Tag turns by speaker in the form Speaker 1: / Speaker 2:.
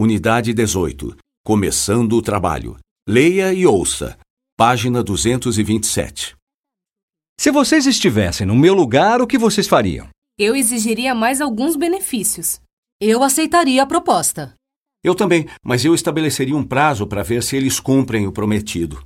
Speaker 1: Unidade 18. Começando o trabalho. Leia e ouça. Página 227.
Speaker 2: Se vocês estivessem no meu lugar, o que vocês fariam?
Speaker 3: Eu exigiria mais alguns benefícios. Eu aceitaria a proposta.
Speaker 1: Eu também, mas eu estabeleceria um prazo para ver se eles cumprem o prometido.